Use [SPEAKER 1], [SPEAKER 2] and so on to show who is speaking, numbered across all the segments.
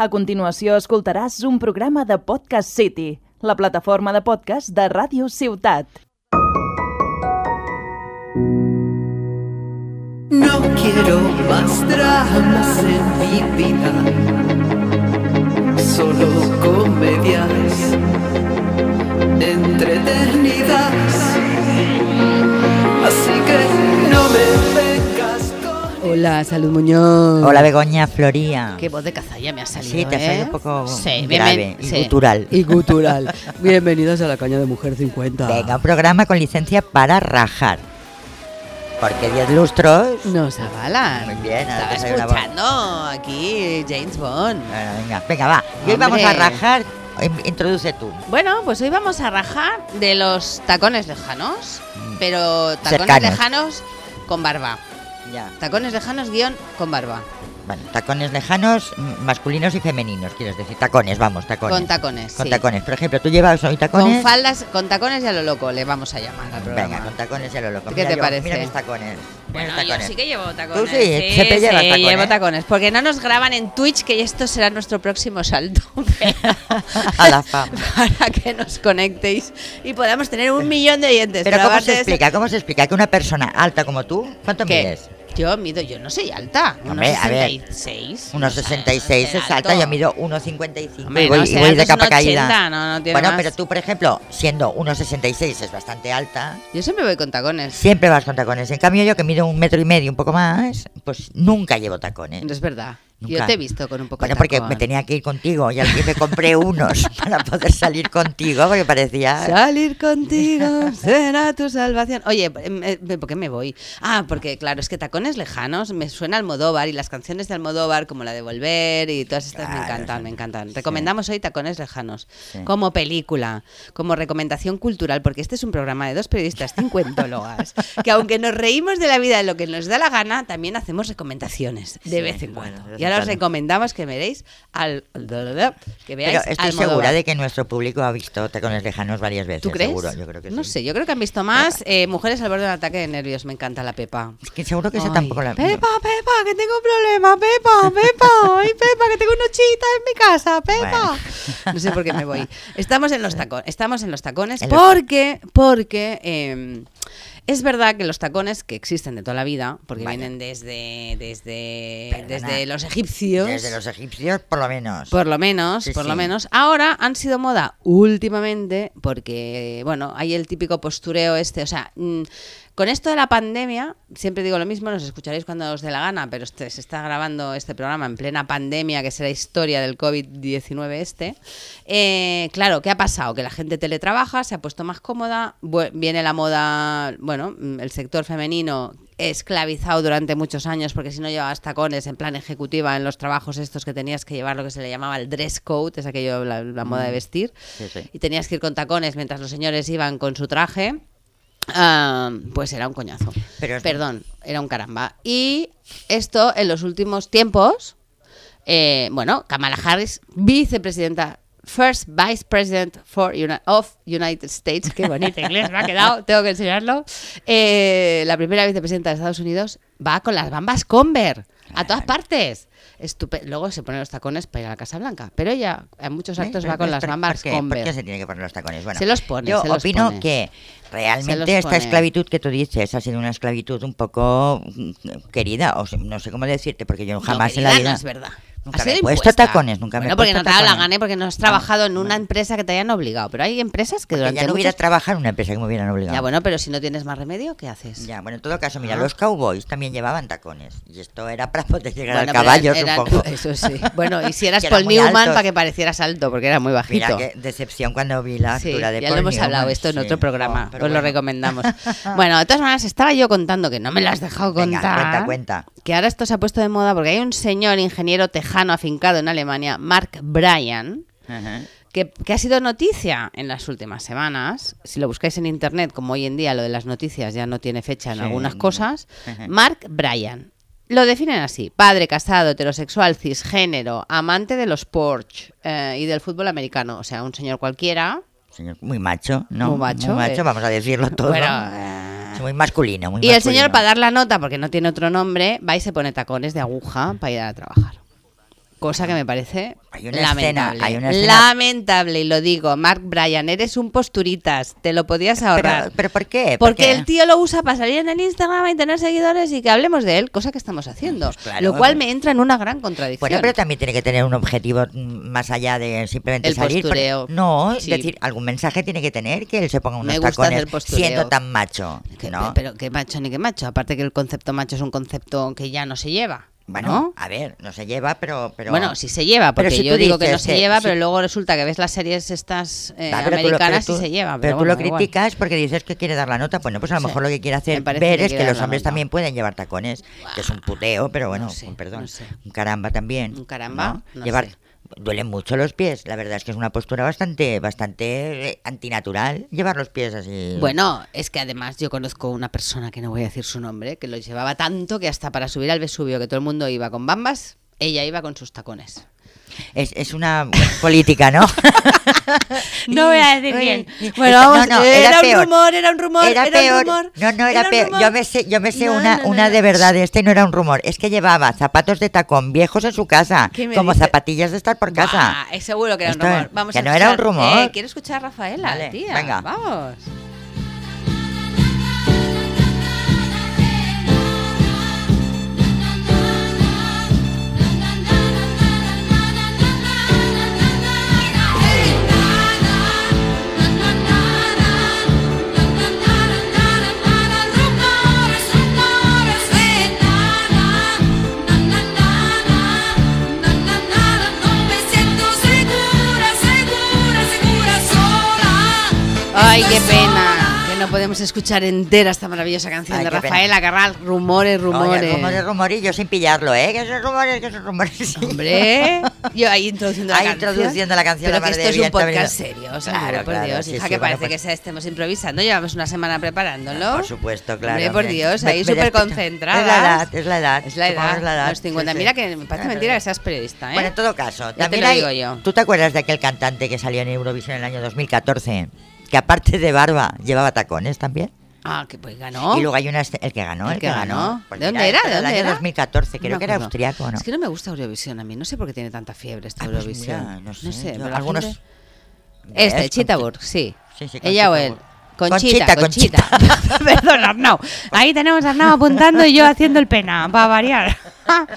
[SPEAKER 1] A continuació escoltaràs un programa de Podcast City, la plataforma de podcast de Ràdio Ciutat.
[SPEAKER 2] No quiero más dramas en mi vida, solo comedias entretenidas. Así que no me vengas con...
[SPEAKER 3] Hola, Salud Muñoz.
[SPEAKER 4] Hola Begoña Floría.
[SPEAKER 5] Mm. Qué voz de cazalla me ha salido.
[SPEAKER 4] Ah. sí, te has
[SPEAKER 5] ¿eh?
[SPEAKER 4] salido un poco
[SPEAKER 5] Sí, bien,
[SPEAKER 4] grave
[SPEAKER 5] bien,
[SPEAKER 4] y
[SPEAKER 5] sí.
[SPEAKER 4] gutural.
[SPEAKER 3] Y cultural. Bienvenidos a la caña de Mujer 50.
[SPEAKER 4] Venga, un programa con licencia para rajar. Porque 10 lustros.
[SPEAKER 3] Nos
[SPEAKER 5] Se
[SPEAKER 3] ab-
[SPEAKER 5] avalan.
[SPEAKER 4] Muy bien,
[SPEAKER 5] Estaba
[SPEAKER 4] ahora te sale una voz.
[SPEAKER 5] escuchando aquí James Bond.
[SPEAKER 4] Bueno, eh, venga, venga, va. Y hoy vamos
[SPEAKER 5] Hombre.
[SPEAKER 4] a rajar. Em- Introduce tú.
[SPEAKER 5] Bueno, pues hoy vamos a rajar de los tacones lejanos,
[SPEAKER 4] Mm.
[SPEAKER 5] pero tacones
[SPEAKER 4] Cercanos.
[SPEAKER 5] lejanos con barba.
[SPEAKER 4] Ya.
[SPEAKER 5] Tacones lejanos guión con barba.
[SPEAKER 4] Bueno, tacones lejanos, mm, masculinos y femeninos, quieres decir. Tacones, vamos, tacones.
[SPEAKER 5] Con tacones.
[SPEAKER 4] Con
[SPEAKER 5] sí.
[SPEAKER 4] tacones. Por ejemplo, tú llevas hoy
[SPEAKER 5] Con
[SPEAKER 4] tacones.
[SPEAKER 5] faldas, con tacones y a lo loco le vamos a llamar al programa.
[SPEAKER 4] Venga, con tacones ya lo loco.
[SPEAKER 5] ¿Qué
[SPEAKER 4] Mira
[SPEAKER 5] te
[SPEAKER 4] yo,
[SPEAKER 5] parece?
[SPEAKER 4] Mira mis tacones. Mira
[SPEAKER 5] Bueno,
[SPEAKER 4] mis
[SPEAKER 5] yo
[SPEAKER 4] tacones.
[SPEAKER 5] sí que llevo tacones.
[SPEAKER 4] Tú sí, siempre
[SPEAKER 5] sí,
[SPEAKER 4] llevas tacones.
[SPEAKER 5] llevo tacones. Porque no nos graban en Twitch, que esto será nuestro próximo salto.
[SPEAKER 4] A la fama.
[SPEAKER 5] para que nos conectéis y podamos tener un millón de dientes.
[SPEAKER 4] Pero ¿cómo
[SPEAKER 5] aparte
[SPEAKER 4] se
[SPEAKER 5] de eso-
[SPEAKER 4] explica? ¿Cómo se explica que una persona alta como tú, ¿cuánto
[SPEAKER 5] ¿Qué?
[SPEAKER 4] mides?
[SPEAKER 5] Yo mido, yo no soy alta.
[SPEAKER 4] Hombre, a ver,
[SPEAKER 5] 1,66.
[SPEAKER 4] Unos 66 es alta, yo mido 1,55
[SPEAKER 5] Hombre,
[SPEAKER 4] y voy,
[SPEAKER 5] no,
[SPEAKER 4] y
[SPEAKER 5] ser
[SPEAKER 4] voy
[SPEAKER 5] alto
[SPEAKER 4] de
[SPEAKER 5] es
[SPEAKER 4] capa
[SPEAKER 5] un 80,
[SPEAKER 4] caída.
[SPEAKER 5] no, no tiene
[SPEAKER 4] bueno,
[SPEAKER 5] más.
[SPEAKER 4] pero tú, por ejemplo, siendo 1,66 es bastante alta,
[SPEAKER 5] Yo siempre voy con tacones.
[SPEAKER 4] siempre vas con tacones. En cambio, yo que mido un metro y medio, un poco más, pues nunca llevo tacones.
[SPEAKER 5] No es verdad. Yo
[SPEAKER 4] Nunca.
[SPEAKER 5] te he visto con un poco
[SPEAKER 4] bueno,
[SPEAKER 5] de
[SPEAKER 4] porque
[SPEAKER 5] tacón.
[SPEAKER 4] me tenía que ir contigo y al que me compré unos para poder salir contigo, porque parecía...
[SPEAKER 5] Salir contigo será tu salvación. Oye, me- me- ¿por qué me voy? Ah, porque claro, es que Tacones Lejanos me suena Almodóvar y las canciones de Almodóvar, como la de Volver y todas estas, me
[SPEAKER 4] Claro,
[SPEAKER 5] encantan,
[SPEAKER 4] sí.
[SPEAKER 5] me encantan.
[SPEAKER 4] Sí.
[SPEAKER 5] Recomendamos hoy Tacones Lejanos
[SPEAKER 4] Sí.
[SPEAKER 5] como película, como recomendación cultural, porque este es un programa de dos periodistas cincuentólogas, que aunque nos reímos de la vida de lo que nos da la gana, también hacemos recomendaciones de
[SPEAKER 4] Sí,
[SPEAKER 5] vez en
[SPEAKER 4] bueno, de
[SPEAKER 5] cuando.
[SPEAKER 4] vez
[SPEAKER 5] Y ahora
[SPEAKER 4] en
[SPEAKER 5] os
[SPEAKER 4] cuando.
[SPEAKER 5] recomendamos que veréis al. que veáis
[SPEAKER 4] Pero estoy segura
[SPEAKER 5] Almodóvar.
[SPEAKER 4] de que nuestro público ha visto tacones lejanos varias veces.
[SPEAKER 5] ¿Tú crees?
[SPEAKER 4] Seguro, yo creo que
[SPEAKER 5] no
[SPEAKER 4] sí.
[SPEAKER 5] sé, yo creo que han visto más eh, mujeres al borde del ataque de nervios. Me encanta la Pepa.
[SPEAKER 4] Es que seguro que esa
[SPEAKER 5] Ay,
[SPEAKER 4] tampoco la...
[SPEAKER 5] Pepa, Pepa, que tengo un problema. Pepa, Pepa, ay, Pepa, que tengo una chita en mi casa. Pepa.
[SPEAKER 4] Bueno.
[SPEAKER 5] No sé por qué me voy. Estamos en los tacones. Estamos en los tacones
[SPEAKER 4] En los-
[SPEAKER 5] porque, porque eh, es verdad que los tacones que existen de toda la vida, porque
[SPEAKER 4] Vale.
[SPEAKER 5] vienen desde, desde,
[SPEAKER 4] Perdona.
[SPEAKER 5] desde los egipcios.
[SPEAKER 4] Desde los egipcios, por lo menos.
[SPEAKER 5] Por lo menos,
[SPEAKER 4] Sí,
[SPEAKER 5] por
[SPEAKER 4] sí.
[SPEAKER 5] lo menos. Ahora han sido moda últimamente porque, bueno, hay el típico postureo este. O sea, mm, con esto de la pandemia, siempre digo lo mismo, nos escucharéis cuando os dé la gana, pero este- se está grabando este programa en plena pandemia, que será historia del COVID-19 este. Eh, claro, ¿qué ha pasado? Que la gente teletrabaja, se ha puesto más cómoda, vu- viene la moda, bueno, mm, el sector femenino esclavizado durante muchos años porque si no llevabas tacones en plan ejecutiva en los trabajos estos que tenías que llevar lo que se le llamaba el dress code, es aquello la, la moda de vestir
[SPEAKER 4] Mm. Sí, sí.
[SPEAKER 5] y tenías que ir con tacones mientras los señores iban con su traje. ah, pues era un coñazo.
[SPEAKER 4] Pero es-
[SPEAKER 5] Perdón, era un caramba. Y esto en los últimos tiempos, eh, bueno, Kamala Harris, vicepresidenta, first vice president for Uni- of United States, qué bonito inglés me ha quedado, tengo que enseñarlo. Eh, la primera vicepresidenta de Estados Unidos va con las bambas Conver a todas partes. Estupe- Luego se pone los tacones para ir a la Casa Blanca, pero ella en muchos actos va con las
[SPEAKER 4] ¿Por-
[SPEAKER 5] bambas
[SPEAKER 4] ¿por qué, ¿Por qué
[SPEAKER 5] Converse.
[SPEAKER 4] se tiene que poner los tacones? Bueno,
[SPEAKER 5] Se los pone,
[SPEAKER 4] Yo
[SPEAKER 5] se los
[SPEAKER 4] opino
[SPEAKER 5] pone.
[SPEAKER 4] que
[SPEAKER 5] Se los
[SPEAKER 4] realmente esta
[SPEAKER 5] pone.
[SPEAKER 4] esclavitud que tú dices ha sido una esclavitud un poco mm, querida, o se- no sé cómo decirte, porque yo jamás
[SPEAKER 5] no,
[SPEAKER 4] en la
[SPEAKER 5] querida,
[SPEAKER 4] vida.
[SPEAKER 5] no es verdad.
[SPEAKER 4] Nunca
[SPEAKER 5] Ha
[SPEAKER 4] me he
[SPEAKER 5] sido
[SPEAKER 4] puesto
[SPEAKER 5] impuesta.
[SPEAKER 4] tacones, nunca me he
[SPEAKER 5] Bueno, porque
[SPEAKER 4] puesto
[SPEAKER 5] no te ha dado la
[SPEAKER 4] tacones.
[SPEAKER 5] gana, porque no has
[SPEAKER 4] No,
[SPEAKER 5] trabajado en una empresa que te hayan obligado. Pero hay empresas que
[SPEAKER 4] Que
[SPEAKER 5] durante
[SPEAKER 4] ya no hubiera
[SPEAKER 5] muchos-
[SPEAKER 4] trabajado en una empresa que me hubieran obligado.
[SPEAKER 5] Ya, bueno, pero si no tienes más remedio, ¿qué haces?
[SPEAKER 4] Ya, bueno, en todo caso, mira,
[SPEAKER 5] Ah.
[SPEAKER 4] los cowboys también llevaban tacones. Y esto era para poder llegar
[SPEAKER 5] Bueno,
[SPEAKER 4] al
[SPEAKER 5] pero
[SPEAKER 4] caballo,
[SPEAKER 5] eran-
[SPEAKER 4] supongo.
[SPEAKER 5] Eso sí. Bueno, y si eras
[SPEAKER 4] Que eran
[SPEAKER 5] Paul
[SPEAKER 4] muy
[SPEAKER 5] Newman,
[SPEAKER 4] altos.
[SPEAKER 5] para que parecieras alto, porque era muy bajito.
[SPEAKER 4] Mira, qué decepción cuando vi la
[SPEAKER 5] Sí,
[SPEAKER 4] altura de
[SPEAKER 5] ya
[SPEAKER 4] Paul
[SPEAKER 5] lo hemos
[SPEAKER 4] Newman,
[SPEAKER 5] hablado esto en
[SPEAKER 4] sí.
[SPEAKER 5] otro programa,
[SPEAKER 4] Oh,
[SPEAKER 5] os
[SPEAKER 4] pero
[SPEAKER 5] lo
[SPEAKER 4] bueno.
[SPEAKER 5] recomendamos. bueno, de todas maneras, estaba yo contando que no me lo has dejado
[SPEAKER 4] Venga,
[SPEAKER 5] contar.
[SPEAKER 4] cuenta, cuenta.
[SPEAKER 5] Que ahora esto se ha puesto de moda porque hay un señor ingeniero tejano afincado en Alemania, Mark Bryan,
[SPEAKER 4] Ajá.
[SPEAKER 5] que, que ha sido noticia en las últimas semanas. Si lo buscáis en internet, como hoy en día lo de las noticias ya no tiene fecha en
[SPEAKER 4] Sí.
[SPEAKER 5] algunas cosas,
[SPEAKER 4] Ajá.
[SPEAKER 5] Mark Bryan. Lo definen así, padre casado, heterosexual, cisgénero, amante de los Porsche eh, y del fútbol americano. O sea, un señor cualquiera,
[SPEAKER 4] Señor, muy macho, ¿no?
[SPEAKER 5] Muy macho, eh.
[SPEAKER 4] vamos a decirlo todo.
[SPEAKER 5] Bueno, eh,
[SPEAKER 4] Es muy masculino, muy
[SPEAKER 5] Y el señor,
[SPEAKER 4] masculino.
[SPEAKER 5] para dar la nota, porque no tiene otro nombre, va y se pone tacones de aguja para ir a trabajar. Cosa que me parece
[SPEAKER 4] Hay una
[SPEAKER 5] lamentable.
[SPEAKER 4] escena, hay una escena-
[SPEAKER 5] Lamentable, y lo digo. Mark Bryan, eres un posturitas. Te lo podías ahorrar.
[SPEAKER 4] Pero, pero ¿por qué?
[SPEAKER 5] Porque
[SPEAKER 4] Porque-
[SPEAKER 5] el tío lo usa para salir en el Instagram y tener seguidores y que hablemos de él, cosa que estamos haciendo.
[SPEAKER 4] Pues claro.
[SPEAKER 5] lo cual me entra en una gran contradicción.
[SPEAKER 4] Bueno, pero también tiene que tener un objetivo mm, más allá de simplemente
[SPEAKER 5] El
[SPEAKER 4] salir. porque-
[SPEAKER 5] postureo.
[SPEAKER 4] No, es
[SPEAKER 5] Sí.
[SPEAKER 4] decir, algún mensaje tiene que tener que él se ponga unos
[SPEAKER 5] Me gusta
[SPEAKER 4] tacones
[SPEAKER 5] hacer postureo.
[SPEAKER 4] siendo tan macho.
[SPEAKER 5] Que-
[SPEAKER 4] ¿no?
[SPEAKER 5] Pero qué macho ni qué macho. Aparte que el concepto macho es un concepto que ya no se lleva.
[SPEAKER 4] bueno,
[SPEAKER 5] ¿no?
[SPEAKER 4] a ver, no se lleva, pero... pero
[SPEAKER 5] bueno, sí se lleva,
[SPEAKER 4] pero
[SPEAKER 5] porque
[SPEAKER 4] si
[SPEAKER 5] yo
[SPEAKER 4] tú
[SPEAKER 5] digo que no
[SPEAKER 4] dices
[SPEAKER 5] se
[SPEAKER 4] que-
[SPEAKER 5] lleva,
[SPEAKER 4] si-
[SPEAKER 5] pero luego resulta que ves las series estas eh,
[SPEAKER 4] Ah, pero tú lo-
[SPEAKER 5] americanas
[SPEAKER 4] pero
[SPEAKER 5] y
[SPEAKER 4] tú-
[SPEAKER 5] se lleva.
[SPEAKER 4] Pero,
[SPEAKER 5] Pero, bueno,
[SPEAKER 4] tú
[SPEAKER 5] da
[SPEAKER 4] lo
[SPEAKER 5] igual.
[SPEAKER 4] criticas porque dices que quiere dar la nota. Bueno, pues a lo
[SPEAKER 5] Sí.
[SPEAKER 4] mejor lo que quiere hacer
[SPEAKER 5] Me parece
[SPEAKER 4] ver
[SPEAKER 5] que
[SPEAKER 4] es
[SPEAKER 5] quiere
[SPEAKER 4] que
[SPEAKER 5] dar
[SPEAKER 4] los
[SPEAKER 5] la
[SPEAKER 4] hombres
[SPEAKER 5] nota.
[SPEAKER 4] también pueden llevar tacones, que es un puteo, pero bueno,
[SPEAKER 5] no sé,
[SPEAKER 4] con perdón.
[SPEAKER 5] no sé.
[SPEAKER 4] Un caramba también.
[SPEAKER 5] Un caramba, no
[SPEAKER 4] llevar,
[SPEAKER 5] sé.
[SPEAKER 4] Duelen mucho los pies, la verdad es que es una postura bastante bastante eh, antinatural llevar los pies así.
[SPEAKER 5] Bueno, es que además yo conozco una persona que no voy a decir su nombre, que lo llevaba tanto que hasta para subir al Vesubio, que todo el mundo iba con bambas, ella iba con sus tacones.
[SPEAKER 4] Es, es una política, ¿no?
[SPEAKER 5] No voy a decir
[SPEAKER 4] Oye,
[SPEAKER 5] bien.
[SPEAKER 4] y-
[SPEAKER 5] Bueno,
[SPEAKER 4] no,
[SPEAKER 5] vamos,
[SPEAKER 4] no,
[SPEAKER 5] era, un
[SPEAKER 4] peor.
[SPEAKER 5] rumor, era un rumor, era, un
[SPEAKER 4] peor.
[SPEAKER 5] rumor.
[SPEAKER 4] No, no, era,
[SPEAKER 5] un
[SPEAKER 4] peor.
[SPEAKER 5] rumor.
[SPEAKER 4] Yo me sé, yo me sé
[SPEAKER 5] No,
[SPEAKER 4] una,
[SPEAKER 5] no, no,
[SPEAKER 4] una
[SPEAKER 5] no.
[SPEAKER 4] de verdad de este y no era un rumor. Es que llevaba zapatos de tacón viejos en su casa,
[SPEAKER 5] ¿Qué me
[SPEAKER 4] como
[SPEAKER 5] dices?
[SPEAKER 4] zapatillas de estar por casa.
[SPEAKER 5] Ah, es seguro que era
[SPEAKER 4] Esto
[SPEAKER 5] un
[SPEAKER 4] es-
[SPEAKER 5] rumor. Vamos
[SPEAKER 4] que
[SPEAKER 5] a
[SPEAKER 4] no era un
[SPEAKER 5] escuchar-
[SPEAKER 4] rumor.
[SPEAKER 5] Eh, quiero escuchar a Rafaela,
[SPEAKER 4] Vale,
[SPEAKER 5] tía.
[SPEAKER 4] venga.
[SPEAKER 5] Vamos. Ay, qué pena. Que no podemos escuchar entera esta maravillosa canción
[SPEAKER 4] Ay,
[SPEAKER 5] de
[SPEAKER 4] qué pena.
[SPEAKER 5] Rafaela Carral. Rumores, rumores.
[SPEAKER 4] Oye, rumores, rumores, y yo sin pillarlo, ¿eh? Que esos rumores, que esos rumores. sí.
[SPEAKER 5] Hombre, yo ahí introduciendo la
[SPEAKER 4] Ahí
[SPEAKER 5] canción.
[SPEAKER 4] introduciendo la canción, la
[SPEAKER 5] Pero que esto
[SPEAKER 4] madre de
[SPEAKER 5] es
[SPEAKER 4] bien,
[SPEAKER 5] un podcast
[SPEAKER 4] está venido.
[SPEAKER 5] serio, o sea,
[SPEAKER 4] Claro,
[SPEAKER 5] por
[SPEAKER 4] claro,
[SPEAKER 5] Dios,
[SPEAKER 4] sí,
[SPEAKER 5] hija,
[SPEAKER 4] sí,
[SPEAKER 5] que
[SPEAKER 4] bueno,
[SPEAKER 5] parece
[SPEAKER 4] pues-
[SPEAKER 5] que se- estemos improvisando. Llevamos una semana preparándolo.
[SPEAKER 4] Por supuesto, claro.
[SPEAKER 5] Hombre, por
[SPEAKER 4] hombre.
[SPEAKER 5] Dios,
[SPEAKER 4] Me-
[SPEAKER 5] ahí
[SPEAKER 4] me
[SPEAKER 5] súper
[SPEAKER 4] despierta.
[SPEAKER 5] concentrada.
[SPEAKER 4] Es la edad, es la edad.
[SPEAKER 5] Es la
[SPEAKER 4] supongo
[SPEAKER 5] edad,
[SPEAKER 4] que es la edad,
[SPEAKER 5] los 50.
[SPEAKER 4] sí, sí.
[SPEAKER 5] Mira que me parece
[SPEAKER 4] Claro,
[SPEAKER 5] mentira que
[SPEAKER 4] sí.
[SPEAKER 5] seas periodista, ¿eh?
[SPEAKER 4] Bueno, en todo caso,
[SPEAKER 5] te
[SPEAKER 4] también
[SPEAKER 5] lo
[SPEAKER 4] hay-
[SPEAKER 5] digo yo.
[SPEAKER 4] ¿Tú te acuerdas de aquel cantante que salió en Eurovisión en el año 2014? Que aparte de barba, llevaba tacones también.
[SPEAKER 5] Ah, que pues ganó.
[SPEAKER 4] Y luego hay una... escena- El que ganó, el, que ganó. Pues
[SPEAKER 5] ¿De
[SPEAKER 4] mira,
[SPEAKER 5] dónde era?
[SPEAKER 4] esto
[SPEAKER 5] ¿De
[SPEAKER 4] del
[SPEAKER 5] dónde
[SPEAKER 4] año
[SPEAKER 5] era?
[SPEAKER 4] 2014,
[SPEAKER 5] No
[SPEAKER 4] creo
[SPEAKER 5] me
[SPEAKER 4] que era
[SPEAKER 5] acuerdo.
[SPEAKER 4] austriaco, ¿no?
[SPEAKER 5] Es que no me gusta Eurovisión a mí, no sé por qué tiene tanta fiebre esta
[SPEAKER 4] Ah, pues
[SPEAKER 5] Eurovisión.
[SPEAKER 4] mira, no sé, yo-
[SPEAKER 5] pero la
[SPEAKER 4] algunos-
[SPEAKER 5] gente-
[SPEAKER 4] ¿Ves?
[SPEAKER 5] Este,
[SPEAKER 4] Con-
[SPEAKER 5] Chitaburg, sí.
[SPEAKER 4] Sí, sí, con
[SPEAKER 5] Ella o él.
[SPEAKER 4] Chitaburg.
[SPEAKER 5] Conchita,
[SPEAKER 4] Conchita,
[SPEAKER 5] Conchita. Perdón, Arnau. Ahí tenemos a Arnau apuntando y yo haciendo el pena, para variar.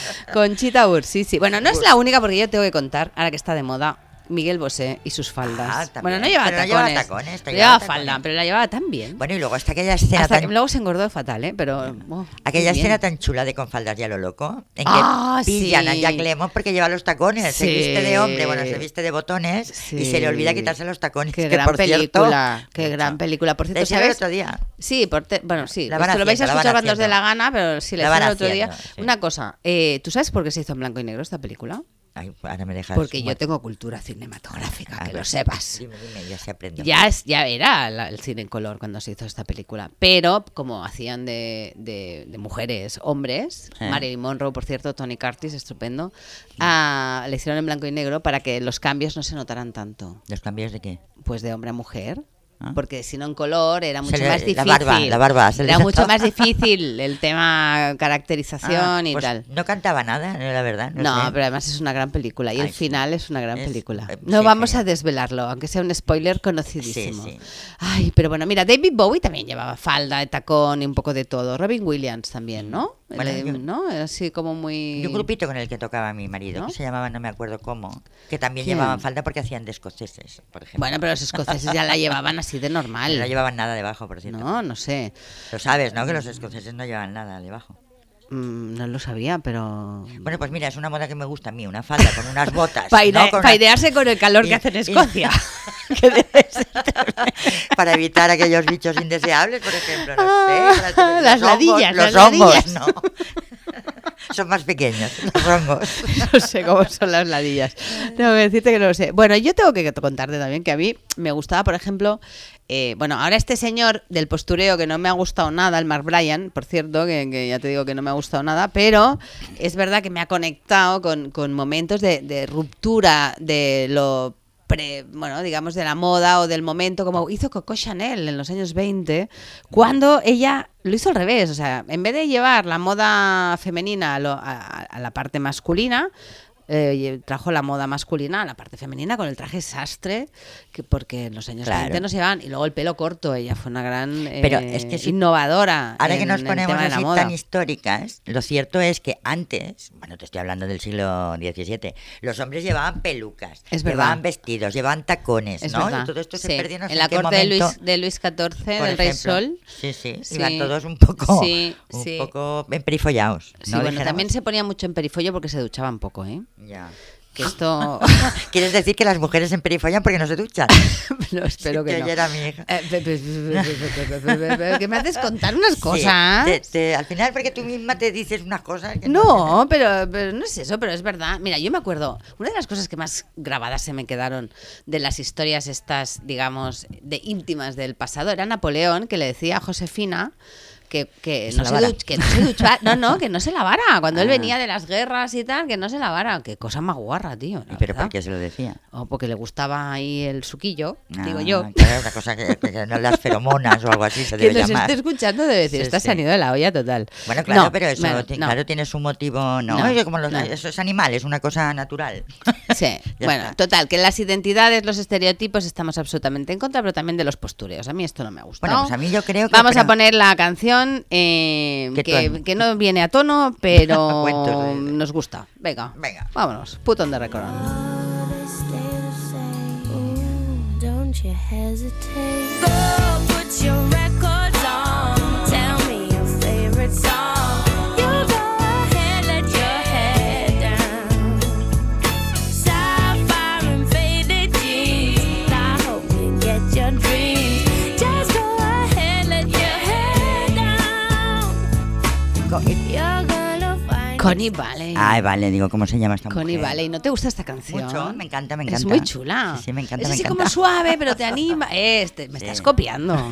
[SPEAKER 5] Conchita Burr, sí, sí. Bueno, no es la única porque yo tengo que contar, ahora que está de moda, Miguel Bosé y sus
[SPEAKER 4] Ah,
[SPEAKER 5] faldas.
[SPEAKER 4] también.
[SPEAKER 5] bueno, no llevaba
[SPEAKER 4] Pero no
[SPEAKER 5] tacones.
[SPEAKER 4] llevaba tacones,
[SPEAKER 5] no
[SPEAKER 4] te
[SPEAKER 5] llevaba
[SPEAKER 4] llevaba
[SPEAKER 5] falda,
[SPEAKER 4] tacones.
[SPEAKER 5] pero la llevaba tan bien.
[SPEAKER 4] Bueno, y luego está aquella escena
[SPEAKER 5] Hasta
[SPEAKER 4] tan...
[SPEAKER 5] que luego se engordó fatal, ¿eh? Pero. oh,
[SPEAKER 4] Aquella
[SPEAKER 5] muy bien.
[SPEAKER 4] escena tan chula de Con faldas y a lo loco, en que
[SPEAKER 5] Ah,
[SPEAKER 4] pillan a
[SPEAKER 5] sí.
[SPEAKER 4] Jack Lemmon porque lleva los tacones, se
[SPEAKER 5] Sí.
[SPEAKER 4] viste de hombre, bueno, se viste de botones y se le olvida
[SPEAKER 5] Sí.
[SPEAKER 4] quitarse los tacones.
[SPEAKER 5] Qué
[SPEAKER 4] que,
[SPEAKER 5] gran
[SPEAKER 4] por
[SPEAKER 5] película,
[SPEAKER 4] cierto,
[SPEAKER 5] qué gran película. Por cierto,
[SPEAKER 4] Decía el
[SPEAKER 5] ¿sabes?
[SPEAKER 4] otro día.
[SPEAKER 5] Sí, por te- bueno, sí.
[SPEAKER 4] La van
[SPEAKER 5] esto lo vais a
[SPEAKER 4] haciendo, la
[SPEAKER 5] escuchar
[SPEAKER 4] van
[SPEAKER 5] cuando os dé
[SPEAKER 4] haciendo.
[SPEAKER 5] la gana, pero si le
[SPEAKER 4] La van
[SPEAKER 5] hicieron el otro día.
[SPEAKER 4] haciendo, sí.
[SPEAKER 5] Una cosa, eh, ¿tú sabes por qué se hizo en blanco y negro esta película?
[SPEAKER 4] Ay, ahora me dejas.
[SPEAKER 5] Porque yo
[SPEAKER 4] muerta.
[SPEAKER 5] tengo cultura cinematográfica,
[SPEAKER 4] A
[SPEAKER 5] que
[SPEAKER 4] ver,
[SPEAKER 5] lo sepas.
[SPEAKER 4] Dime, dime, ya se aprende.
[SPEAKER 5] Ya, es- ya era la- el cine en color cuando se hizo esta película. Pero como hacían de, de- de mujeres, hombres,
[SPEAKER 4] Eh.
[SPEAKER 5] Marilyn Monroe, por cierto, Tony Curtis, estupendo, ah, le hicieron en blanco y negro para que los cambios no se notaran tanto.
[SPEAKER 4] ¿Los cambios de qué?
[SPEAKER 5] Pues de hombre a mujer.
[SPEAKER 4] Ah.
[SPEAKER 5] Porque si no en color era mucho
[SPEAKER 4] le-
[SPEAKER 5] más
[SPEAKER 4] la
[SPEAKER 5] difícil.
[SPEAKER 4] barba, la barba, se le
[SPEAKER 5] era mucho
[SPEAKER 4] notaba.
[SPEAKER 5] más difícil el tema
[SPEAKER 4] Ah,
[SPEAKER 5] caracterización y
[SPEAKER 4] pues
[SPEAKER 5] tal.
[SPEAKER 4] No cantaba nada, no, la verdad. No,
[SPEAKER 5] No,
[SPEAKER 4] sé.
[SPEAKER 5] pero además es una gran película y
[SPEAKER 4] Ay,
[SPEAKER 5] el
[SPEAKER 4] sí.
[SPEAKER 5] final es una gran
[SPEAKER 4] Es-
[SPEAKER 5] película.
[SPEAKER 4] eh,
[SPEAKER 5] No
[SPEAKER 4] sí,
[SPEAKER 5] vamos
[SPEAKER 4] sí.
[SPEAKER 5] a desvelarlo, aunque sea un spoiler conocidísimo.
[SPEAKER 4] Sí, sí.
[SPEAKER 5] Ay, pero bueno, mira, David Bowie también llevaba falda, de tacón y un poco de todo. Robin Williams también, ¿no?
[SPEAKER 4] Mm, Bueno,
[SPEAKER 5] El-
[SPEAKER 4] yo-
[SPEAKER 5] ¿No? Era así como muy...
[SPEAKER 4] Y un grupito con el que tocaba mi marido,
[SPEAKER 5] ¿No?
[SPEAKER 4] que se llamaba, no me acuerdo cómo, que también
[SPEAKER 5] ¿Quién?
[SPEAKER 4] llevaban falda porque hacían de escoceses, por ejemplo.
[SPEAKER 5] Bueno, pero los escoceses ya la llevaban así de normal.
[SPEAKER 4] No llevaban nada debajo, por cierto.
[SPEAKER 5] No, Mm. no sé.
[SPEAKER 4] Lo sabes, ¿no? Que los escoceses no llevan nada debajo.
[SPEAKER 5] Mm, no lo sabía, pero...
[SPEAKER 4] Bueno, pues mira, es una moda que me gusta a mí, una falda con unas botas.
[SPEAKER 5] Para
[SPEAKER 4] ¿no? Con una-
[SPEAKER 5] idearse con el calor
[SPEAKER 4] Y-
[SPEAKER 5] que hace en
[SPEAKER 4] y-
[SPEAKER 5] Escocia.
[SPEAKER 4] para evitar aquellos bichos indeseables, por ejemplo, no sé.
[SPEAKER 5] Ah,
[SPEAKER 4] para-
[SPEAKER 5] las
[SPEAKER 4] los hongos,
[SPEAKER 5] ladillas,
[SPEAKER 4] Los
[SPEAKER 5] las
[SPEAKER 4] hongos,
[SPEAKER 5] ladillas.
[SPEAKER 4] ¿no? Son más pequeños, los hongos.
[SPEAKER 5] no sé cómo son las ladillas. Tengo que decirte que no lo sé. Bueno, yo tengo que contarte también que a mí me gustaba, por ejemplo, eh, bueno, ahora este señor del postureo que no me ha gustado nada, el Mark Bryan, por cierto, que, que ya te digo que no me ha gustado nada, pero es verdad que me ha conectado con, con momentos de, de ruptura de lo pre- bueno, digamos, de la moda o del momento, como hizo Coco Chanel en los años 20, cuando ella lo hizo al revés, o sea, en vez de llevar la moda femenina a, lo- a- a la parte masculina, eh, y trajo la moda masculina, la parte femenina, con el traje sastre, que porque en los años
[SPEAKER 4] Claro.
[SPEAKER 5] 20 no se llevaban. Y luego el pelo corto, ella fue una gran eh,
[SPEAKER 4] Pero es que si-
[SPEAKER 5] innovadora.
[SPEAKER 4] Ahora que
[SPEAKER 5] en
[SPEAKER 4] nos
[SPEAKER 5] el
[SPEAKER 4] ponemos
[SPEAKER 5] tema de la
[SPEAKER 4] así
[SPEAKER 5] moda.
[SPEAKER 4] tan históricas, lo cierto es que antes, bueno, te estoy hablando del siglo XVII, los hombres llevaban pelucas,
[SPEAKER 5] Es verdad.
[SPEAKER 4] llevaban vestidos, llevaban tacones,
[SPEAKER 5] Es
[SPEAKER 4] ¿no?
[SPEAKER 5] verdad,
[SPEAKER 4] Y todo esto se
[SPEAKER 5] sí.
[SPEAKER 4] perdió no sé
[SPEAKER 5] En la
[SPEAKER 4] qué
[SPEAKER 5] corte de
[SPEAKER 4] momento,
[SPEAKER 5] Luis, de Luis XIV,
[SPEAKER 4] por
[SPEAKER 5] del Rey
[SPEAKER 4] ejemplo.
[SPEAKER 5] Sol.
[SPEAKER 4] Sí, sí,
[SPEAKER 5] Sí.
[SPEAKER 4] iban todos un poco,
[SPEAKER 5] Sí,
[SPEAKER 4] un
[SPEAKER 5] sí.
[SPEAKER 4] poco emperifollados.
[SPEAKER 5] Sí,
[SPEAKER 4] ¿no?
[SPEAKER 5] bueno,
[SPEAKER 4] Dijéramos.
[SPEAKER 5] también se ponía mucho en perifollo porque se duchaban poco, ¿eh?
[SPEAKER 4] Ya.
[SPEAKER 5] Que esto...
[SPEAKER 4] ¿Quieres decir que las mujeres emperifollan porque no se duchan?
[SPEAKER 5] no, espero
[SPEAKER 4] Si
[SPEAKER 5] que
[SPEAKER 4] te
[SPEAKER 5] no.
[SPEAKER 4] oyera mi hija.
[SPEAKER 5] Eh, pe- pe- pe- pe- pe- pe- pe- que me haces contar unas
[SPEAKER 4] Sí,
[SPEAKER 5] cosas.
[SPEAKER 4] te- te- al final, porque tú misma te dices unas cosas que
[SPEAKER 5] No, pero, pero no es eso, pero es verdad. Mira, yo me acuerdo, una de las cosas que más grabadas se me quedaron de las historias estas, digamos, de íntimas del pasado, era Napoleón que le decía a Josefina que, que
[SPEAKER 4] se
[SPEAKER 5] no, se
[SPEAKER 4] lavara.
[SPEAKER 5] duch- que no se duchara- no, no, que no se lavara, cuando él
[SPEAKER 4] Ah.
[SPEAKER 5] venía de las guerras y tal, que no se lavara, qué cosa más guarra, tío. la
[SPEAKER 4] ¿Pero
[SPEAKER 5] verdad.
[SPEAKER 4] por qué se lo decía?
[SPEAKER 5] O porque le gustaba ahí el suquillo,
[SPEAKER 4] Ah,
[SPEAKER 5] digo yo.
[SPEAKER 4] Claro, una cosa que, que- que no las feromonas o algo así se
[SPEAKER 5] Quien
[SPEAKER 4] debe
[SPEAKER 5] nos
[SPEAKER 4] llamar.
[SPEAKER 5] esté escuchando debe decir,
[SPEAKER 4] Sí,
[SPEAKER 5] estás
[SPEAKER 4] sí.
[SPEAKER 5] salido de la olla total.
[SPEAKER 4] Bueno, claro,
[SPEAKER 5] No,
[SPEAKER 4] pero eso
[SPEAKER 5] bueno,
[SPEAKER 4] ti-
[SPEAKER 5] no.
[SPEAKER 4] claro, tiene su motivo, ¿no?
[SPEAKER 5] No,
[SPEAKER 4] Oye, como los,
[SPEAKER 5] no.
[SPEAKER 4] eso es animal, es una cosa natural.
[SPEAKER 5] Sí,
[SPEAKER 4] Ya
[SPEAKER 5] bueno,
[SPEAKER 4] está.
[SPEAKER 5] total, que las identidades, los estereotipos estamos absolutamente en contra, pero también de los postureos. A mí esto no me gusta.
[SPEAKER 4] Bueno, pues a mí yo creo que-
[SPEAKER 5] Vamos
[SPEAKER 4] pero-
[SPEAKER 5] a poner la canción eh,
[SPEAKER 4] Que
[SPEAKER 5] que,
[SPEAKER 4] tú-
[SPEAKER 5] que no viene a tono, pero
[SPEAKER 4] Cuentos de-
[SPEAKER 5] nos gusta. Venga,
[SPEAKER 4] Venga.
[SPEAKER 5] vámonos. Putón de recorón.
[SPEAKER 6] They stay the same. don't you hesitate. Go put your records on. Tell me your favorite song. You go ahead, let your head down. Sapphire and faded jeans. I hope you get your dreams. Just go ahead, let your head down.
[SPEAKER 4] Co- y-
[SPEAKER 6] You're gonna find.
[SPEAKER 5] Connie Valley.
[SPEAKER 4] Ay, vale, digo, ¿cómo se llama esta
[SPEAKER 5] Connie
[SPEAKER 4] mujer?
[SPEAKER 5] Valley, ¿no te gusta esta canción?
[SPEAKER 4] Mucho, me encanta, me
[SPEAKER 5] Es
[SPEAKER 4] encanta.
[SPEAKER 5] muy chula.
[SPEAKER 4] Sí, sí, me encanta,
[SPEAKER 5] Es
[SPEAKER 4] me
[SPEAKER 5] así
[SPEAKER 4] encanta.
[SPEAKER 5] como suave, pero te anima. Este, me estás copiando.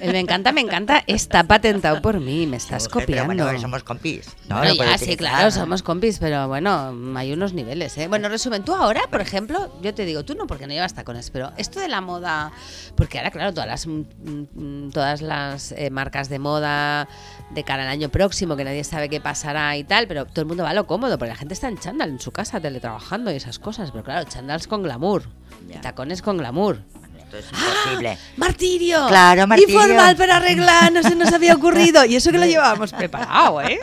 [SPEAKER 5] El me encanta, me encanta. Está patentado por mí, me estás
[SPEAKER 4] Mujer,
[SPEAKER 5] copiando.
[SPEAKER 4] Pero bueno, somos compis. ¿no?
[SPEAKER 5] Bueno,
[SPEAKER 4] Lo puedo
[SPEAKER 5] ya, ah, sí,
[SPEAKER 4] utilizar.
[SPEAKER 5] claro, somos compis, pero bueno, hay unos niveles, ¿eh? Bueno, resumen, tú ahora, por ejemplo, yo te digo, tú no, porque no llevas tacones, pero esto de la moda, porque ahora, claro, todas las, mm, mm, todas las eh, marcas de moda de cara al año próximo, que nadie sabe qué pasará y tal, pero todo el mundo va a lo cómodo, porque la gente está en chándal en su casa, teletrabajando y esas cosas, pero claro, chándals con glamour,
[SPEAKER 4] Ya.
[SPEAKER 5] y tacones con glamour.
[SPEAKER 4] Esto es
[SPEAKER 5] ¡Ah!
[SPEAKER 4] imposible.
[SPEAKER 5] ¡Martirio!
[SPEAKER 4] Claro, martirio.
[SPEAKER 5] Informal para arreglar, no se nos había ocurrido. Y eso que lo llevábamos preparado, ¿eh?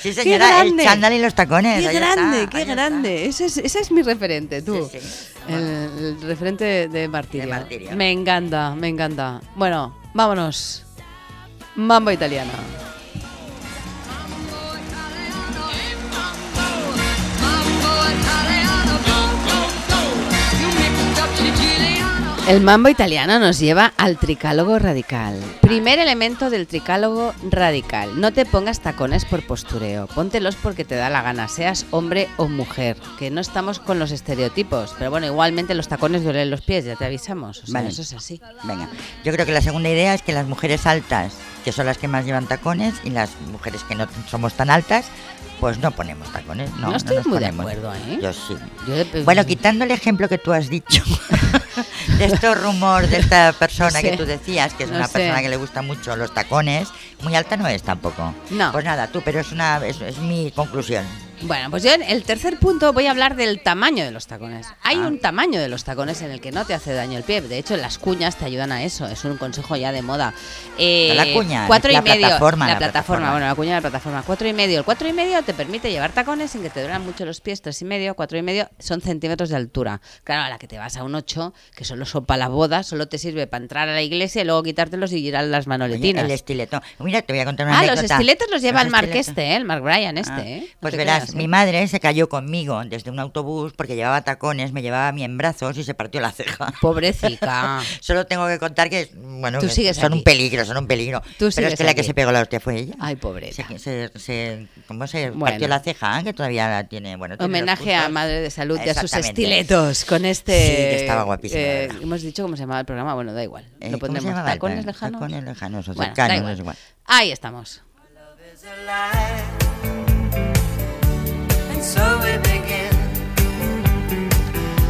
[SPEAKER 4] Sí, señora, el
[SPEAKER 5] grande!
[SPEAKER 4] chándal y los tacones. ahí está, ahí está.
[SPEAKER 5] Ese es, ese es mi referente, tú.
[SPEAKER 4] Sí, sí.
[SPEAKER 5] El, el referente de, de Martirio.
[SPEAKER 4] De Martirio.
[SPEAKER 5] Me encanta, me encanta. Bueno, vámonos. Mambo italiano. El mambo italiano nos lleva al tricálogo radical. Primer elemento del tricálogo radical. No te pongas tacones por postureo. Póntelos porque te da la gana, seas hombre o mujer. Que no estamos con los estereotipos. Pero bueno, igualmente los tacones duelen los pies, ya te avisamos. O sea,
[SPEAKER 4] Vale.
[SPEAKER 5] eso es así.
[SPEAKER 4] Venga, yo creo que la segunda idea es que las mujeres altas, que son las que más llevan tacones, y las mujeres que no somos tan altas, pues no ponemos tacones. No,
[SPEAKER 5] No estoy
[SPEAKER 4] nos
[SPEAKER 5] muy de
[SPEAKER 4] ponemos.
[SPEAKER 5] acuerdo, ¿eh?
[SPEAKER 4] Yo sí.
[SPEAKER 5] Yo de-
[SPEAKER 4] Bueno, quitando el ejemplo que tú has dicho de estos rumores de esta persona
[SPEAKER 5] sé,
[SPEAKER 4] que tú decías, que es
[SPEAKER 5] no
[SPEAKER 4] una
[SPEAKER 5] sé.
[SPEAKER 4] persona que le gustan mucho los tacones, muy alta no es tampoco.
[SPEAKER 5] No.
[SPEAKER 4] Pues nada, tú, pero es, una, es, es mi conclusión.
[SPEAKER 5] Bueno, pues yo en el tercer punto voy a hablar del tamaño de los tacones. Hay
[SPEAKER 4] Ah.
[SPEAKER 5] un tamaño de los tacones en el que no te hace daño el pie. De hecho, las cuñas te ayudan a eso. Es un consejo ya de moda. Eh,
[SPEAKER 4] No, la cuña,
[SPEAKER 5] cuatro
[SPEAKER 4] la
[SPEAKER 5] y medio.
[SPEAKER 4] plataforma,
[SPEAKER 5] La,
[SPEAKER 4] la
[SPEAKER 5] plataforma,
[SPEAKER 4] plataforma.
[SPEAKER 5] bueno, la cuña de la plataforma. Cuatro y medio. El cuatro y medio te permite llevar tacones sin que te duelan mucho los pies. Tres y medio, cuatro y medio son centímetros de altura. Claro, a la que te vas a un ocho, que solo son para la boda, solo te sirve para entrar a la iglesia y luego quitártelos y girar las
[SPEAKER 4] Oye,
[SPEAKER 5] manoletinas.
[SPEAKER 4] el estileto. Mira, te voy a contar una
[SPEAKER 5] Ah, los
[SPEAKER 4] anécdota.
[SPEAKER 5] estiletos los lleva
[SPEAKER 4] Los
[SPEAKER 5] el Mark
[SPEAKER 4] estiletos.
[SPEAKER 5] este, ¿eh? el Mark Bryan este.
[SPEAKER 4] Ah,
[SPEAKER 5] ¿eh? No
[SPEAKER 4] Pues
[SPEAKER 5] te
[SPEAKER 4] verás,
[SPEAKER 5] creas, ¿eh?
[SPEAKER 4] mi madre se cayó conmigo desde un autobús porque llevaba tacones, me llevaba a mí en brazos y se partió la ceja.
[SPEAKER 5] Pobrecica.
[SPEAKER 4] Solo tengo que contar que, bueno,
[SPEAKER 5] Tú
[SPEAKER 4] que
[SPEAKER 5] sigues
[SPEAKER 4] son
[SPEAKER 5] aquí.
[SPEAKER 4] un peligro, son un peligro.
[SPEAKER 5] Tú
[SPEAKER 4] Pero es
[SPEAKER 5] sigues
[SPEAKER 4] que la que
[SPEAKER 5] aquí.
[SPEAKER 4] se pegó la hostia fue ella.
[SPEAKER 5] Ay, pobreta.
[SPEAKER 4] Se, se- se- ¿Cómo se
[SPEAKER 5] Bueno.
[SPEAKER 4] partió la ceja? ¿eh? Que todavía la tiene. Bueno, tiene los
[SPEAKER 5] Homenaje a
[SPEAKER 4] puntos.
[SPEAKER 5] Madre de Salud y a sus
[SPEAKER 4] Exactamente.
[SPEAKER 5] estiletos con este.
[SPEAKER 4] Sí, que estaba guapísima, la
[SPEAKER 5] eh,
[SPEAKER 4] verdad.
[SPEAKER 5] hemos dicho cómo se llamaba el programa, bueno, da igual.
[SPEAKER 4] Eh,
[SPEAKER 5] Lo
[SPEAKER 4] ¿cómo se
[SPEAKER 5] pondremos.
[SPEAKER 4] llamaba el
[SPEAKER 5] Tacones
[SPEAKER 4] programa?
[SPEAKER 5] lejanos.
[SPEAKER 4] Tacones lejanos o
[SPEAKER 5] Bueno, da
[SPEAKER 4] cercanos,
[SPEAKER 5] igual.
[SPEAKER 4] es igual.
[SPEAKER 5] Ahí estamos.
[SPEAKER 2] And so we begin.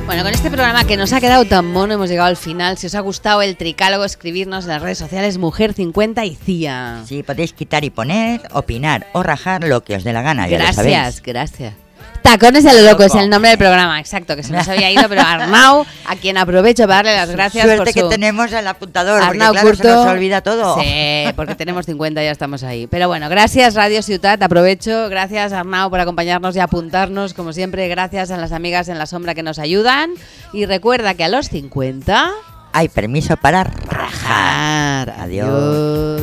[SPEAKER 5] Bueno, con este programa que nos ha quedado tan mono, hemos llegado al final. Si os ha gustado el tricálogo, escribirnos en las redes sociales Mujer50 y CIA.
[SPEAKER 4] Sí, podéis quitar y poner, opinar o rajar lo que os dé la gana. ya lo sabéis.
[SPEAKER 5] gracias, gracias. Tacones de lo loco es
[SPEAKER 4] Loco.
[SPEAKER 5] el nombre del programa, exacto, que se nos había ido, pero Arnau, a quien aprovecho para darle las gracias
[SPEAKER 4] Suerte
[SPEAKER 5] por
[SPEAKER 4] que
[SPEAKER 5] su...
[SPEAKER 4] tenemos el apuntador,
[SPEAKER 5] Arnau
[SPEAKER 4] porque claro, se nos
[SPEAKER 5] Curto.
[SPEAKER 4] olvida todo.
[SPEAKER 5] Sí, porque tenemos 50 y ya estamos ahí. Pero bueno, gracias Radio Ciutat, aprovecho. Gracias Arnau por acompañarnos y apuntarnos, como siempre. Gracias a las amigas en la sombra que nos ayudan. Y recuerda que a los 50...
[SPEAKER 4] Hay permiso para rajar. Adiós.
[SPEAKER 5] Adiós.